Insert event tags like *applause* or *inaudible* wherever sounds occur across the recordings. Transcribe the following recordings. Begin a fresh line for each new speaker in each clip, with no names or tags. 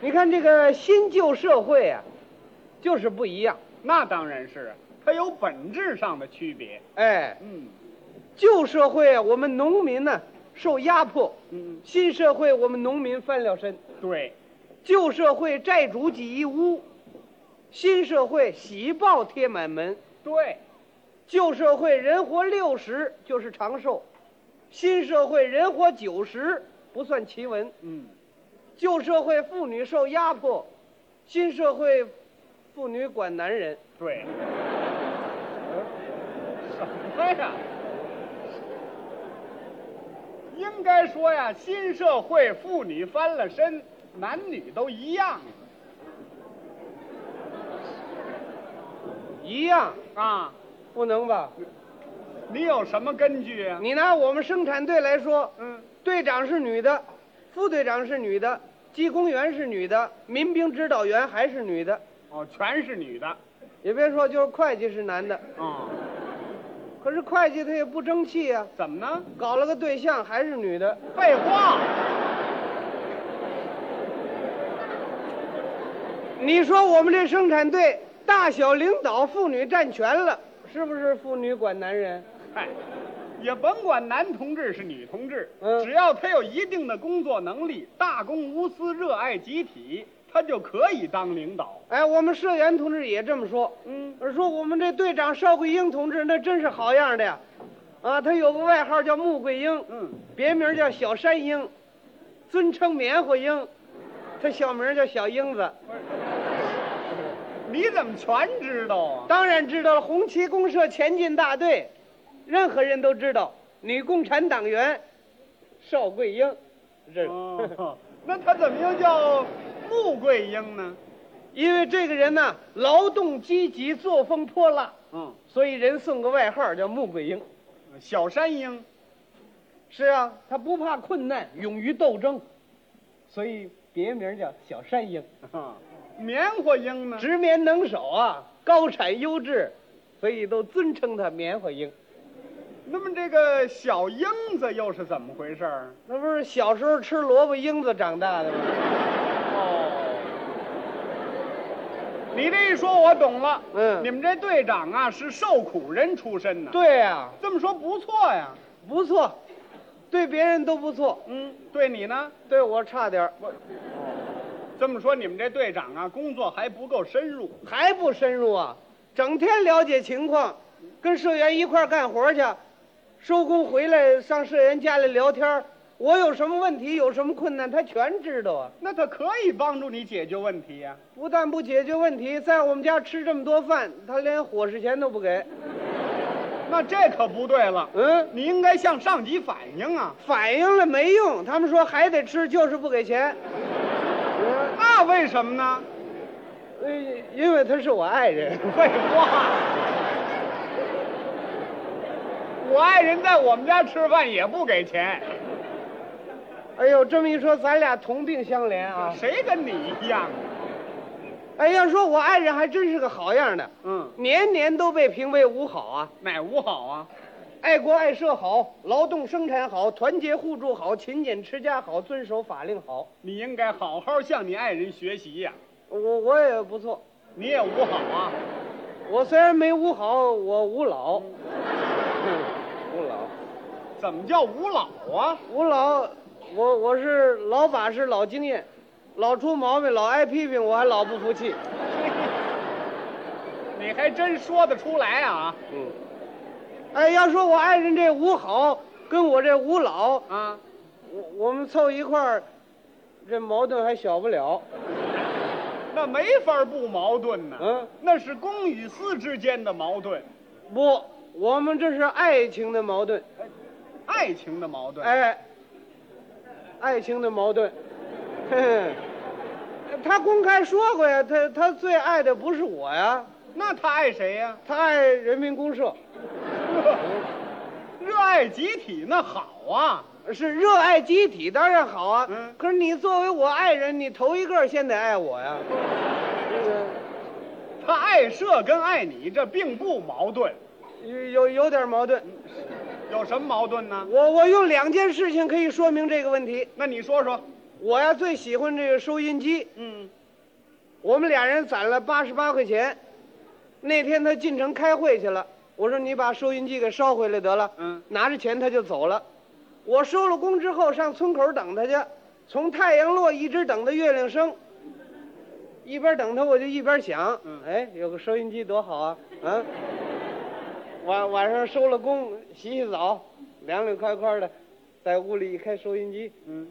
你看这个新旧社会啊，就是不一样。
那当然是，啊它有本质上的区别。
哎，
嗯
旧社会啊，我们农民呢受压迫；
嗯，
新社会我们农民翻了身。
对，
旧社会债主挤一屋，新社会喜报贴满门。
对，
旧社会人活六十就是长寿，新社会人活九十不算奇闻。
嗯，
旧社会妇女受压迫，新社会妇女管男人。
对。什么呀？应该说呀，新社会妇女翻了身，男女都一样
一样，
啊。
不能吧？
你有什么根据啊？
你拿我们生产队来说，
嗯，
队长是女的，副队长是女的，技工员是女的，民兵指导员还是女的，
哦，全是女的。
也别说就是会计是男的。
啊、
可是会计他也不争气啊，
怎么呢？
搞了个对象还是女的，
废话，
你说我们这生产队大小领导妇女占全了，是不是妇女管男人？
嗨，哎也甭管男同志是女同志，
嗯
只要他有一定的工作能力，大公无私，热爱集体，他就可以当领导。
哎，我们社员同志也这么说，
嗯，
说我们这队长邵桂英同志那真是好样的呀，啊，他有个外号叫穆桂英，
嗯，
别名叫小山鹰，尊称棉花鹰，他小名叫小英子。
你怎么全知道啊？
当然知道了，红旗公社前进大队，任何人都知道，女共产党员邵桂英，这、
哦，那他怎么又叫穆桂英呢？
*laughs* 因为这个人呢，劳动积极，作风泼辣，
嗯，
所以人送个外号叫穆桂英。
小山鹰，
是啊，他不怕困难，勇于斗争，所以别名叫小山鹰。
啊棉花鹰呢？
直棉能手啊，高产优质，所以都尊称他棉花鹰。
那么这个小英子又是怎么回事儿？
那不是小时候吃萝卜缨子长大的吗？
哦，你这一说，我懂了。
嗯
你们这队长啊，是受苦人出身呐。，
对呀、
这么说不错呀。
不错，对别人都不错，
嗯，对你呢？
对我差点儿
这么说，你们这队长啊，工作还不够深入。
还不深入啊，整天了解情况，跟社员一块儿干活去，收工回来上社员家里聊天儿我有什么问题，有什么困难，他全知道啊。
那他可以帮助你解决问题呀、
不但不解决问题，在我们家吃这么多饭，他连伙食钱都不给。
那这可不对了，
嗯，
你应该向上级反映啊。
反映了没用，他们说还得吃，就是不给钱。嗯，
那为什么呢？
呃因为他是我爱人。
废话。我爱人在我们家吃饭也不给钱，
哎呦，这么一说，咱俩同病相怜啊。
谁跟你一样啊？
哎，要说我爱人还真是个好样的，
嗯，
年年都被评为五好啊，
哪屋好啊？
爱国爱社好，劳动生产好，团结互助好，勤俭持家好，遵守法令好。
你应该好好向你爱人学习呀、
我我也不错，
你也无好啊。
我虽然没五好，我五老。 *laughs* 五老，
怎么叫无老啊？
五老，我我是老把式、老经验，老出毛病，老挨批评，我还老不服气。
你还真说得出来啊？
嗯，哎，要说我爱人这五好跟我这五老，
啊，
我我们凑一块儿，这矛盾还小不了。
那没法不矛盾呢、
嗯，
那是公与私之间的矛盾，
不，我们这是爱情的矛盾，
爱情的矛盾。，
哎，爱情的矛盾。 *laughs* 嘿嘿他公开说过呀，他他最爱的不是我呀，
那他爱谁呀、 *laughs*
他爱人民公社，
热爱集体那好啊。
是热爱集体，当然好啊。
嗯
可是你作为我爱人，你头一个先得爱我呀。这个
他爱社跟爱你这并不矛盾，
有有有点矛盾，
有什么矛盾呢？
我我用两件事情可以说明这个问题。
那你说说。
我呀最喜欢这个收音机，
嗯，
我们俩人攒了八十八块钱。那天他进城开会去了，我说你把收音机给捎回来得了。
嗯，
拿着钱他就走了。我收了工之后上村口等他去，从太阳落一直等到月亮升。一边等他，我就一边想
嗯，
哎，有个收音机多好啊！啊，晚晚上收了工，洗洗澡，凉凉快快的，在屋里一开收音机，
嗯，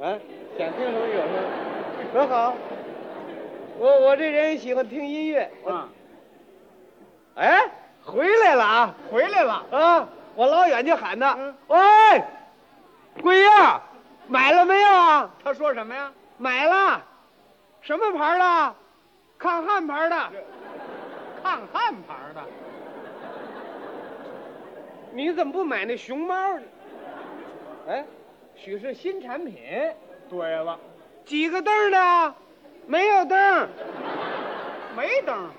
啊，想听什么有什么，多好。我我这人喜欢听音乐，我、
啊，
哎，回来了啊
回来了，
啊！我老远就喊他，
嗯
喂，贵英，买了没有啊？
他说什么呀？
买了，什么牌儿的？抗旱牌儿的。
抗旱牌的，
你怎么不买那熊猫呢？哎，许是新产品，
对了，
几个灯儿的？没有灯儿，
没灯儿，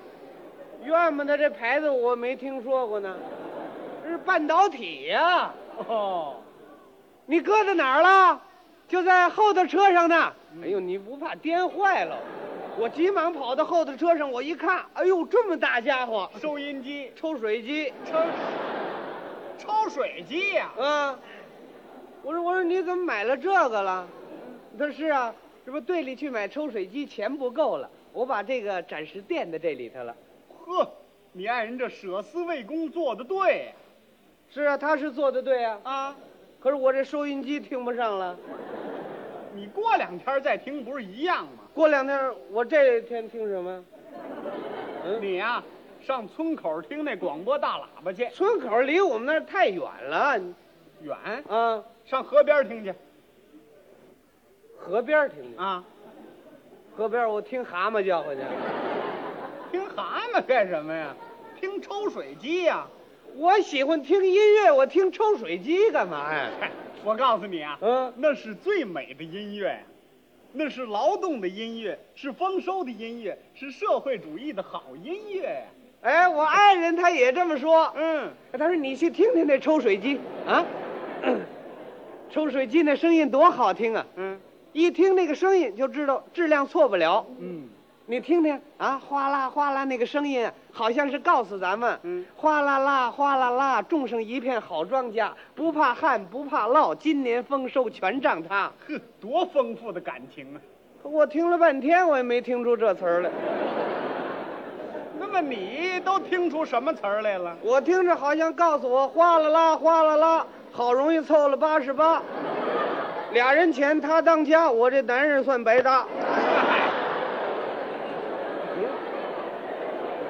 怨不得这牌子我没听说过呢。这是半导体呀、
哦，
你搁在哪儿了？就在后头车上呢。
嗯
哎呦，你不怕颠坏了？我急忙跑到后头车上，我一看，哎呦，这么大家伙，
收音机，
抽水机
抽，抽水机呀、
啊！我说我说你怎么买了这个了？他说是啊，这不队里去买抽水机钱不够了，我把这个暂时垫在这里头了。
呵，你爱人这舍私为公做的对
是啊，他是做的对啊，
啊！
可是我这收音机听不上了。
你过两天再听不是一样吗？
过两天我这天听什么？嗯
你呀、上村口听那广播大喇叭去，
村口离我们那儿太远了，你
远，
啊，
上河边听去
河边儿听的。
啊！
河边儿我听蛤蟆叫唤去。
听蛤蟆干什么呀？听抽水机呀、
我喜欢听音乐，我听抽水机干嘛呀？
嗨我告诉你啊，
嗯，
那是最美的音乐，那是劳动的音乐，是丰收的音乐，是社会主义的好音乐。
哎，我爱人他也这么说，
嗯，
他说你去听听那抽水机啊， *clears throat* 抽水机那声音多好听啊！
嗯
一听那个声音就知道质量错不了。
嗯，
你听听啊，哗啦哗啦那个声音啊，好像是告诉咱们，
嗯，
哗啦啦哗啦啦，种上一片好庄稼，不怕旱不怕涝，今年丰收全仗它。
呵，多丰富的感情啊！
可我听了半天，我也没听出这词儿来。
那么你都听出什么词儿来了？
我听着好像告诉我哗啦啦哗啦啦，好容易凑了八十八，俩人钱他当家，我这男人算白搭。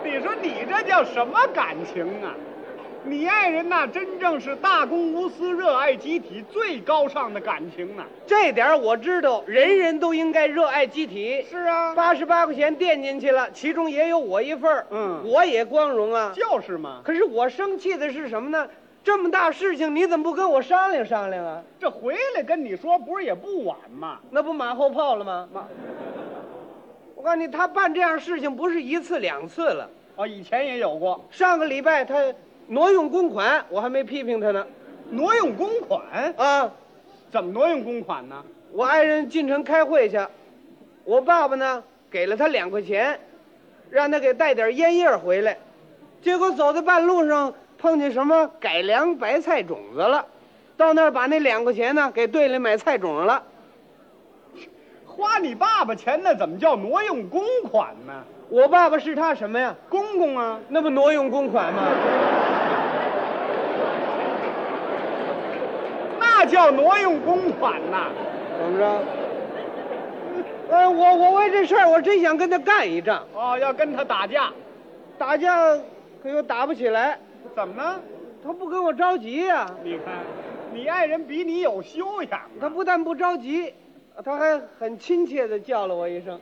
你说你这叫什么感情啊？你爱人那真正是大公无私、热爱集体、最高尚的感情啊呢、
这点儿我知道，人人都应该热爱集体。
是啊
八十八块钱垫进去了，其中也有我一份儿
嗯
我也光荣啊。
就是嘛，
可是我生气的是什么呢？这么大事情，你怎么不跟我商量商量啊？
这回来跟你说不是也不晚嘛？
那不马后炮了吗？马，我告诉你，他办这样事情不是一次两次了。
哦，以前也有过
上个礼拜他挪用公款，我还没批评他呢。
挪用公款，
啊，
怎么挪用公款呢？
我爱人进城开会去，我爸爸呢给了他两块钱，让他给带点烟叶回来。结果走在半路上碰见什么改良白菜种子了，到那儿把那两块钱呢给队里买菜种了。
花你爸爸钱那怎么叫挪用公款呢？
我爸爸是他什么呀？
公公啊，
那不挪用公款吗？
那叫挪用公款呐、
怎么着？呃，我我为这事儿我真想跟他干一仗，
哦，要跟他打架，
打架可又打不起来。
怎么了？
他不跟我着急呀、
你看，你爱人比你有修养啊、
他不但不着急，他还很亲切的叫了我一声。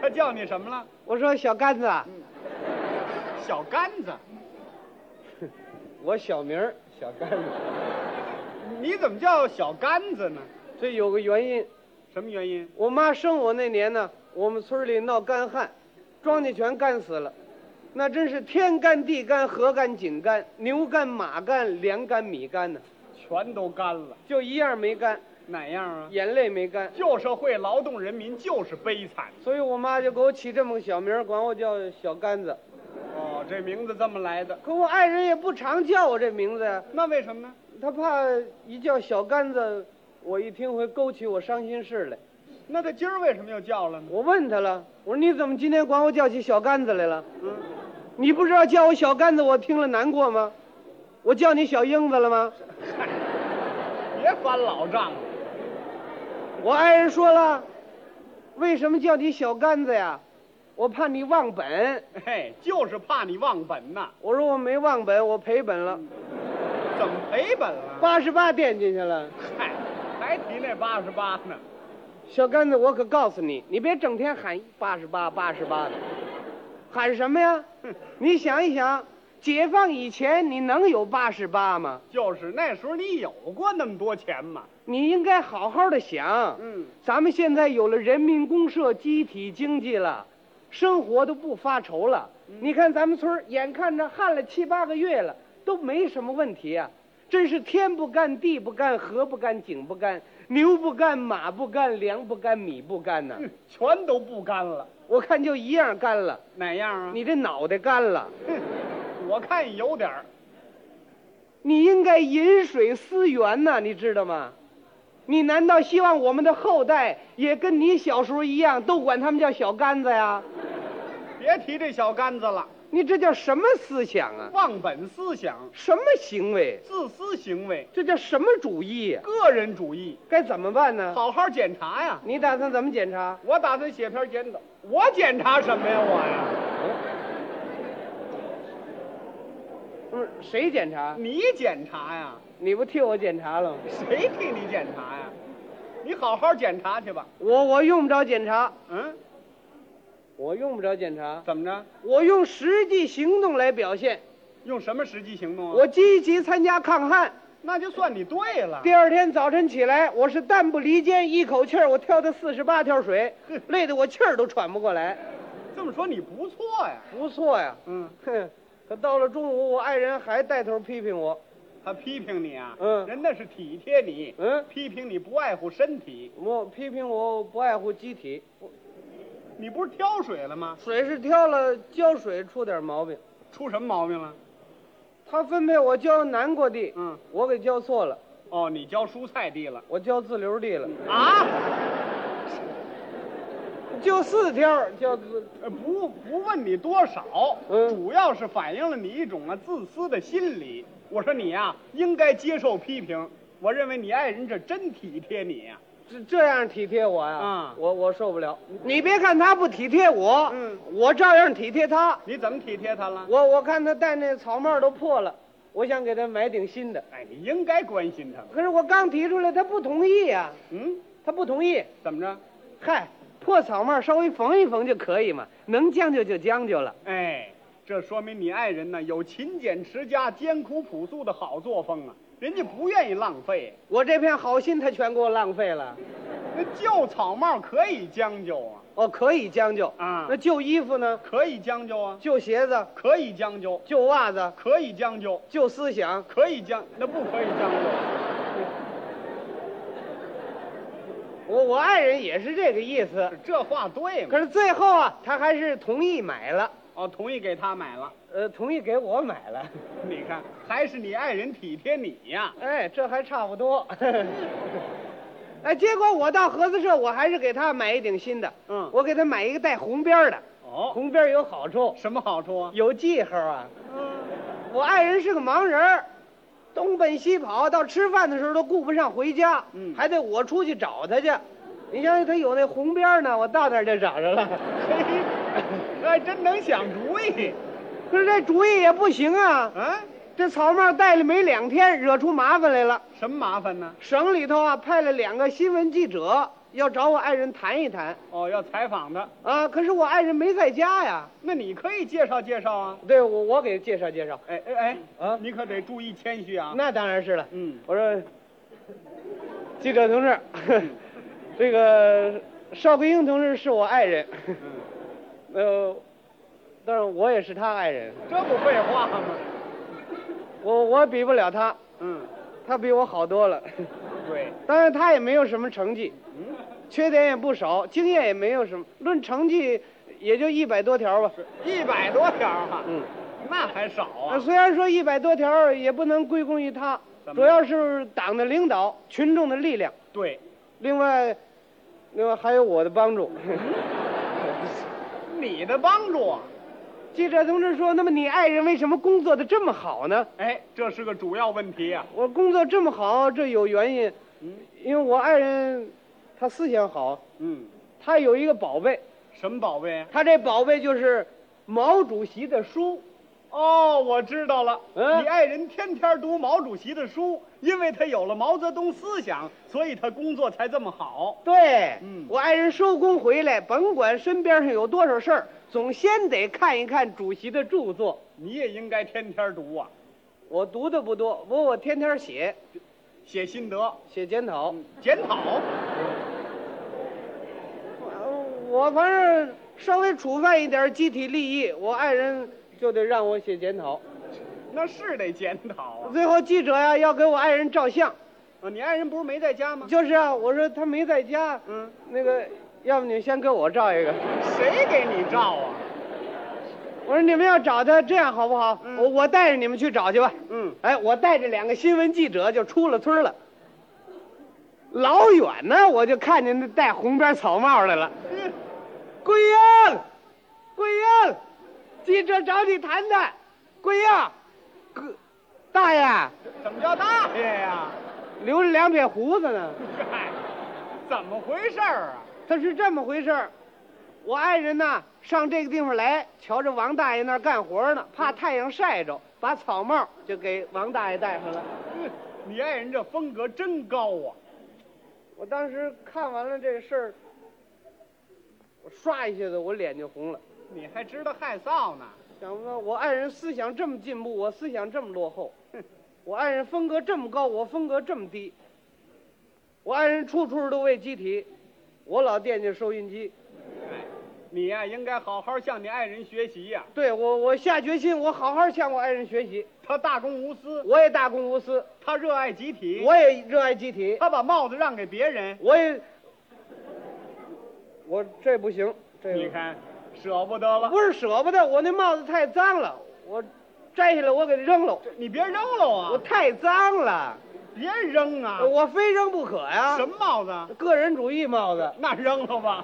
他叫你什么了？
我说：“小杆子啊，
小杆子，
我小名儿小杆子，
你怎么叫小杆子呢？
这有个原因。
什么原因？
我妈生我那年呢，我们村里闹干旱，庄稼全干死了，那真是天干地干河干井干牛干马干粮干米干呢，
全都干了。
就一样没干。
哪样啊？
眼泪没干，
旧社会劳动人民就是悲惨。
所以我妈就给我起这么个小名儿，管我叫小杆子。
哦，这名字这么来的，
可我爱人也不常叫我这名字呀，
那为什么呢？
他怕一叫小杆子，我一听会勾起我伤心事来。
那他今儿为什么又叫了呢？ *laughs*
我问他了，我说你怎么今天管我叫起小杆子来了？
嗯，
你不知道叫我小杆子，我听了难过吗？我叫你小英子了吗？
别翻老账了。
我爱人说了，为什么叫你小杆子呀？我怕你忘本。
嘿，就是怕你忘本呐。
我说我没忘本，我赔本了，
怎么赔本了？
八十八垫进去了。
嗨，还提那八十八呢？ *laughs*
小杆子，我可告诉你，你别整天喊八十八八十八的，喊什么呀？你想一想，解放以前你能有八十八吗？
就是那时候你有过那么多钱吗？
你应该好好的想。
嗯，
咱们现在有了人民公社、集体经济了，生活都不发愁了。你看咱们村儿眼看着旱了七八个月了，都没什么问题啊，真是天不干地不干河不干井不干牛不干马不干粮不干米不干
嗯
呐、
全都不干了。
我看就一样干了，
哪样啊？
你这脑袋干了，
哼，我看有点儿。
你应该饮水思源呐、你知道吗？你难道希望我们的后代也跟你小时候一样，都管他们叫小杆子呀？
别提这小杆子了，
你这叫什么思想啊？
忘本思想、
什么行为？
自私行为、
这叫什么主义呀、
个人主义，
该怎么办呢？
好好检查呀。
你打算怎么检查？
我打算写篇检讨。我检查什么呀？我
不是嗯谁检查
呀？？你检查呀？
你不替我检查了吗？
谁替你检查呀？你好好检查去吧。
我我用不着检查，
嗯，
我用不着检查，
怎么着？
我用实际行动来表现。
用什么实际行动啊？
我积极参加抗旱，
那就算你对了。
第二天早晨起来，我是弹不离肩，一口气儿我跳到四十八跳 *laughs* 水，累得我气儿都喘不过来。
这么说你不错呀。
不错呀，
嗯，
哼。可到了中午，我爱人还带头批评我，
他批评你啊，
嗯
人那是体贴你，
嗯，
批评你不爱护身体。
我批评我不爱护机体，
你不是挑水了吗？
水是挑了，浇水出点毛病。
出什么毛病了？
他分配我浇南瓜地，
嗯，
我给浇错了，
哦，你浇蔬菜地了
我浇自留地了，
啊？
就四条浇自。
呃不不问你多少，
嗯
主要是反映了你一种啊自私的心理。我说你呀、啊应该接受批评。我认为你爱人这真体贴你啊呀、
这这样体贴我呀，
嗯
我我受不了。你别看他不体贴我，
嗯，
我照样体贴他。
你怎么体贴他了？
我我看他戴那草帽都破了，我想给他买顶新的，
哎，你应该关心他。
可是我刚提出来，他不同意呀、
嗯，
他不同意。
怎么着？
嗨，破草帽稍微缝一缝就可以嘛，能将就就将就了。
哎，这说明你爱人呢有勤俭持家、艰苦朴素的好作风啊，人家不愿意浪费。
我这片好心他全给我浪费了。
那旧草帽可以将就啊，
哦，可以将就
啊
那旧衣服呢？
可以将就啊，
旧鞋子、
可以将就，
旧袜子、
可以将就，
旧思想，
可以将，那不可以将就。
我我爱人也是这个意思。
这话对吗？
可是最后啊，他还是同意买了，
哦，同意给他买了。
呃，同意给我买了。
你看，还是你爱人体贴你呀、
哎，这还差不多。 *laughs* 哎，结果我到合资社，我还是给他买一顶新的。
嗯
我给他买一个带红边儿的，
哦，
红边儿有好处，
什么好处啊？ *laughs*
有记号啊。
嗯，
我爱人是个盲人儿，东奔西跑，到吃饭的时候都顾不上回家，
嗯
还得我出去找他去。你想想，他有那红边儿呢，我到那儿就找着了。
嘿，这还哎真能想主意。
可是这主意也不行啊，
啊，
这草帽戴了没两天，惹出麻烦来了。
什么麻烦呢？
省里头啊，派了两个新闻记者要找我爱人谈一谈
哦，要采访他，
啊，可是我爱人没在家呀。
那你可以介绍介绍啊。
对，我我给介绍介绍。
哎哎哎，
啊
你可得注意谦虚啊。
那当然是了。
嗯，
我说，记者同志， *laughs* 这个邵桂英同志是我爱人，
嗯
呃，但是我也是他爱人，
这不废话吗？
我我比不了他，
嗯，
他比我好多了。
对，
当然他也没有什么成绩，
嗯，
缺点也不少，经验也没有什么。论成绩，也就一百多条吧。
一百多条啊，
嗯，
那还少
呃
啊。
虽然说一百多条，也不能归功于他，
怎么
主要是党的领导、群众的力量，
对，
另外，另外还有我的帮
*laughs*
助。
你的帮助啊，
记者同志说：“那么你爱人为什么工作的这么好呢？”
哎，这是个主要问题啊呀、
我工作这么好，这有原因，
嗯
因为我爱人，她思想好，
嗯，
她有一个宝贝，
什么宝贝啊？
她这宝贝就是毛主席的书。
哦，我知道了。
嗯
你爱人天天读毛主席的书，因为他有了毛泽东思想，所以他工作才这么好。
对，
嗯
我爱人收工回来，甭管身边上有多少事儿，总先得看一看主席的著作。
你也应该天天读啊，
我读的不多，不过我天天写
写心得、
写检讨，
检讨。
呃我反正稍微触犯一点集体利益，我爱人就得让我写检讨。
那是得检讨啊！
最后记者呀要给我爱人照相。
啊你爱人不是没在家吗？
就是啊，我说他没在家，
嗯，
那个，要不你先给我照一个。
谁给你照啊？
我说你们要找他，这样好不好？
嗯
我我带着你们去找去吧。
嗯，
哎，我带着两个新闻记者就出了村了。老远呢，我就看见那戴红边草帽来了。
嗯
桂英，桂英，记者找你谈谈。桂英，哥，大爷
怎么叫大爷啊呀？
留着两撇胡子
*laughs*
呢。
嗨，怎么回事儿啊？
他是这么回事儿，我爱人呐上这个地方来，瞧着王大爷那儿干活呢，怕太阳晒着，把草帽就给王大爷戴上了。
嗯你爱人这风格真高啊！
我当时看完了这事儿，我唰一下子我脸就红了，
你还知道害臊呢？
想不到我爱人思想这么进步，我思想这么落后， *laughs* 我爱人风格这么高，我风格这么低，我爱人处处都为集体，我老惦记收音机。
你呀、应该好好向你爱人学习呀、
对我，我下决心，我好好向我爱人学习，
他大公无私，
我也大公无私。
他热爱集体，
我也热爱集体，
他把帽子让给别人。
我也，我这不行，这个
你看，舍不得了，
不是舍不得，我那帽子太脏了，我摘下来我给扔了，
你别扔了
我
啊！
太脏了，
别扔啊！
我非扔不可呀
什。么帽子啊？
个人主义帽子，
那扔了吧。